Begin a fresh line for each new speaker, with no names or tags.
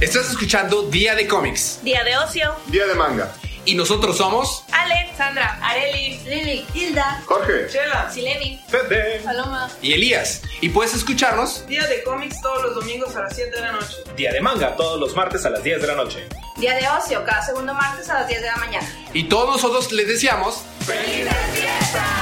Estás escuchando Día de Cómics
Día de ocio.
Día de manga.
y nosotros somos
Ale, Sandra,
Areli, Lili, Hilda,
Jorge.
Chela,
Sileni,
Tete.
Paloma.
y Elías. Y puedes escucharnos
día de cómics todos los domingos a las 7 de la noche.
Día de manga todos los martes a las 10 de la noche.
Día de ocio, cada segundo martes a las 10 de la mañana.
y todos nosotros les deseamos
¡Feliz fiesta!